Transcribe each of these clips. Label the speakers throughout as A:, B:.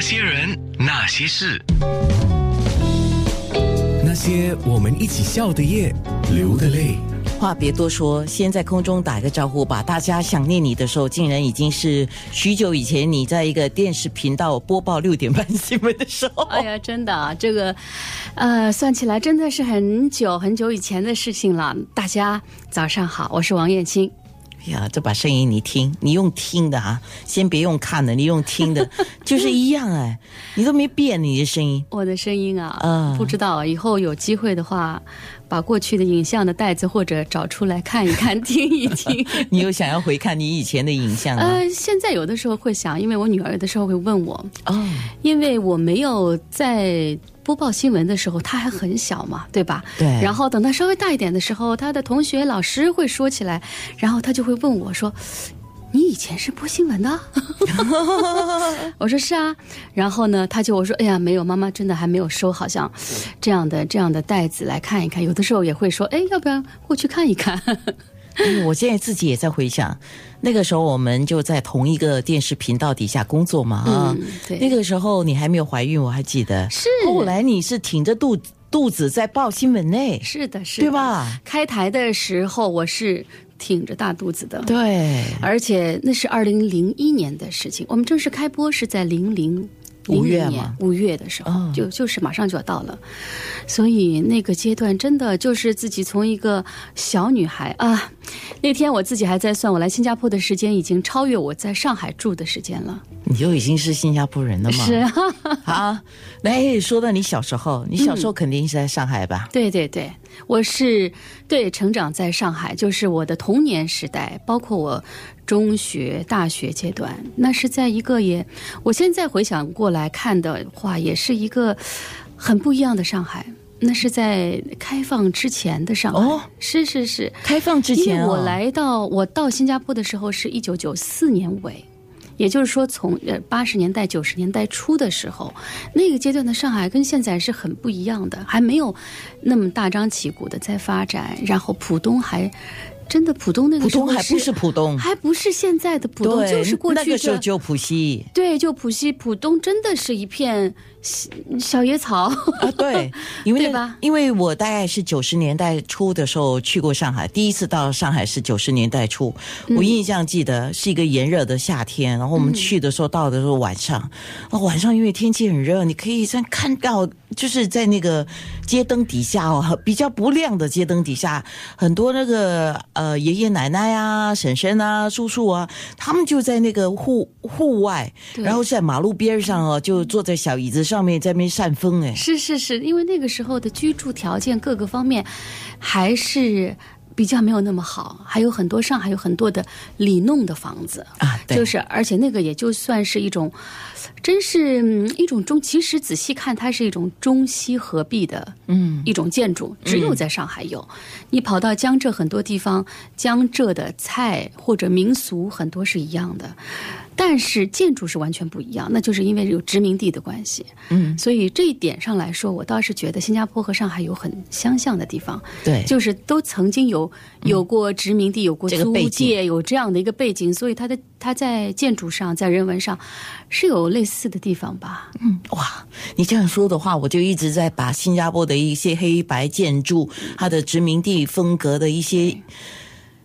A: 些人，那些事，那些我们一起笑的夜，流的泪。
B: 话别多说，先在空中打个招呼吧。大家想念你的时候，竟然已经是许久以前你在一个电视频道播报六点半新闻的 时候。
C: 哎呀，真的啊，这个，呃，算起来真的是很久很久以前的事情了。大家早上好，我是王艳青。
B: 哎呀，这把声音你听，你用听的啊，先别用看的，你用听的，就是一样哎，你都没变你的声音。
C: 我的声音啊，
B: 啊
C: 不知道啊以后有机会的话，把过去的影像的袋子或者找出来看一看，听一听。
B: 你有想要回看你以前的影像啊吗？
C: 呃，现在有的时候会想，因为我女儿有的时候会问我，
B: 哦，
C: 因为我没有在播报新闻的时候，她还很小嘛，对吧？
B: 嗯对
C: 然后等她稍微大一点的时候，她的同学、老师会说起来，然后她就会问我说：“你以前是播新闻的？” 我说：“是啊。”然后呢，她就我说：“哎呀，没有，妈妈真的还没有收，好像这样的这样的袋子来看一看。”有的时候也会说：“哎，要不然过去看一看。
B: 因为我现在自己也在回想，那个时候我们就在同一个电视频道底下工作嘛”啊。
C: 嗯，对，
B: 那个时候你还没有怀孕，我还记得。
C: 是
B: 后来你是挺着肚子肚子在报新闻呢，
C: 是的，是的
B: 对？吧？
C: 开台的时候我是挺着大肚子的，
B: 对，
C: 而且那是二零零一年的事情，我们正式开播是在零零
B: 五月吗
C: 年五月的时候，
B: 嗯
C: 就就是马上就要到了，所以那个阶段真的就是自己从一个小女孩啊，那天我自己还在算，我来新加坡的时间已经超越我在上海住的时间了，
B: 你就已经是新加坡人了嘛？
C: 是啊，
B: 啊。来，说到你小时候，你小时候肯定是在上海吧？
C: 对对对，我是对成长在上海，就是我的童年时代，包括我中学、大学阶段，那是在一个也，我现在回想过来看的话，也是一个很不一样的上海。那是在开放之前的上海，
B: 哦
C: 是是是，
B: 开放之
C: 因
B: 前、
C: 为
B: 哦，
C: 我来到我到新加坡的时候是一九九四年尾，也就是说从呃八十年代九十年代初的时候，那个阶段的上海跟现在是很不一样的，还没有那么大张旗鼓的在发展，然后浦东还真的浦东那个
B: 浦
C: 时候
B: 东还不是浦东，
C: 还不是现在的浦东，
B: 对，
C: 就是过去的
B: 那个时候只有浦西
C: 对，就浦西浦东真的是一片小小野草，
B: 啊，对，因为
C: 对吧
B: 因为我大概是九十年代初的时候去过上海，第一次到上海是九十年代初，
C: 嗯
B: 我印象记得是一个炎热的夏天，然后我们去的时候到的时候晚上，啊晚上因为天气很热，你可以在看到就是在那个街灯底下哦，比较不亮的街灯底下，很多那个呃爷爷奶奶啊、婶婶啊、叔叔啊，他们就在那个户户外，
C: 对
B: 然后在马路边上哦，就坐在小椅子上面在那边扇风哎。
C: 是是是，因为那个时候的居住条件各个方面还是比较没有那么好，还有很多上海有很多的里弄的房子，
B: 啊，对，
C: 就是而且那个也就算是一种，真是、嗯一种中，其实仔细看它是一种中西合璧的
B: 嗯，
C: 一种建筑，只有在上海有。你跑到江浙很多地方，江浙的菜或者民俗很多是一样的，但是建筑是完全不一样，那就是因为有殖民地的关系。
B: 嗯，
C: 所以这一点上来说，我倒是觉得新加坡和上海有很相像的地方，
B: 对，
C: 就是都曾经有有过殖民地，有过
B: 哎嗯这个
C: 租
B: 背
C: 界，
B: 景
C: 有这样的一个背景，所以它的它在建筑上，在人文上是有类似的地方吧？
B: 嗯哇，你这样说的话，我就一直在把新加坡的一些黑白建筑、它的殖民地风格的一些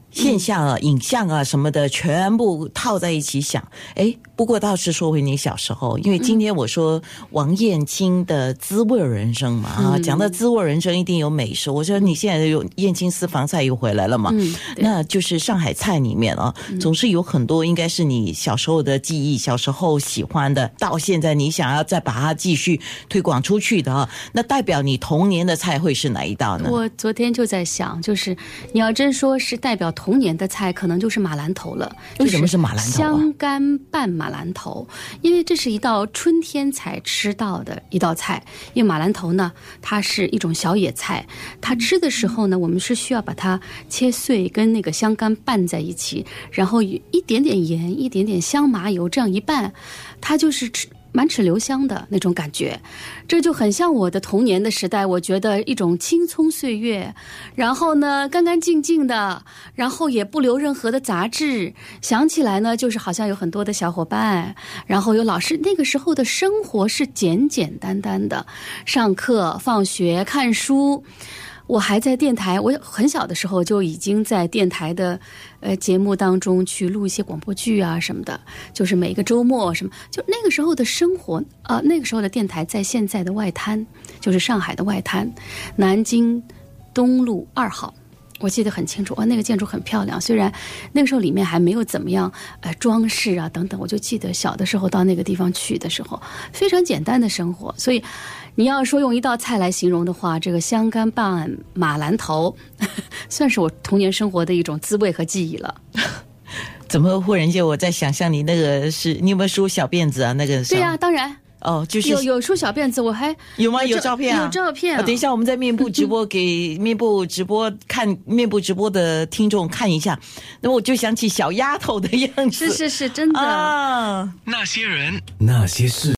B: 现象啊、影像啊什么的，全部套在一起想。哎，不过倒是说回你小时候，因为今天我说王燕青的《滋味人生》嘛，
C: 嗯
B: 啊、讲到滋味人生一定有美食。我说你现在有燕青私房菜又回来了嘛？
C: 嗯，对嗯
B: 那就是上海菜里面啊，总是有很多应该是你小时候的记忆，小时候喜欢的，到现在你想要再把它继续推广出去的啊，那代表你童年的菜会是哪一道呢？
C: 我昨天就在想，就是你要真说是代表童年的菜，可能就是马兰头了。
B: 为什么是马兰头啊
C: 香干拌马兰头，因为这是一道春天才吃到的一道菜。因为马兰头呢，它是一种小野菜，它吃的时候呢，我们是需要把它切碎，跟那个香干拌在一起，然后一点点盐，一点点香麻油，这样一拌，它就是吃。满齿留香的那种感觉，这就很像我的童年的时代。我觉得一种青葱岁月，然后呢干干净净的，然后也不留任何的杂质。想起来呢，就是好像有很多的小伙伴，然后有老师。那个时候的生活是简简单单的，上课、放学、看书。我还在电台，我很小的时候就已经在电台的呃节目当中去录一些广播剧啊什么的，就是每个周末什么，就那个时候的生活，呃，那个时候的电台在现在的外滩，就是上海的外滩，南京东路二号。我记得很清楚，哦哇、那个建筑很漂亮。虽然那个时候里面还没有怎么样，呃，装饰啊等等，我就记得小的时候到那个地方去的时候，非常简单的生活。所以，你要说用一道菜来形容的话，这个香干拌马兰头， 算是我童年生活的一种滋味和记忆了。
B: 怎么忽然间我在想象你那个是你有没有梳小辫子啊？那个
C: 对呀、
B: 呀、
C: 当然
B: 哦，就是
C: 有有梳小辫子，我还
B: 有吗？
C: 有
B: 有照片啊？
C: 有照片啊嗯
B: 啊等一下，我们在面部直播给面部直播看面部直播的听众看一下。那么我就想起小丫头的样子，
C: 是是是真的。
B: 啊。
A: 那些人，那些事。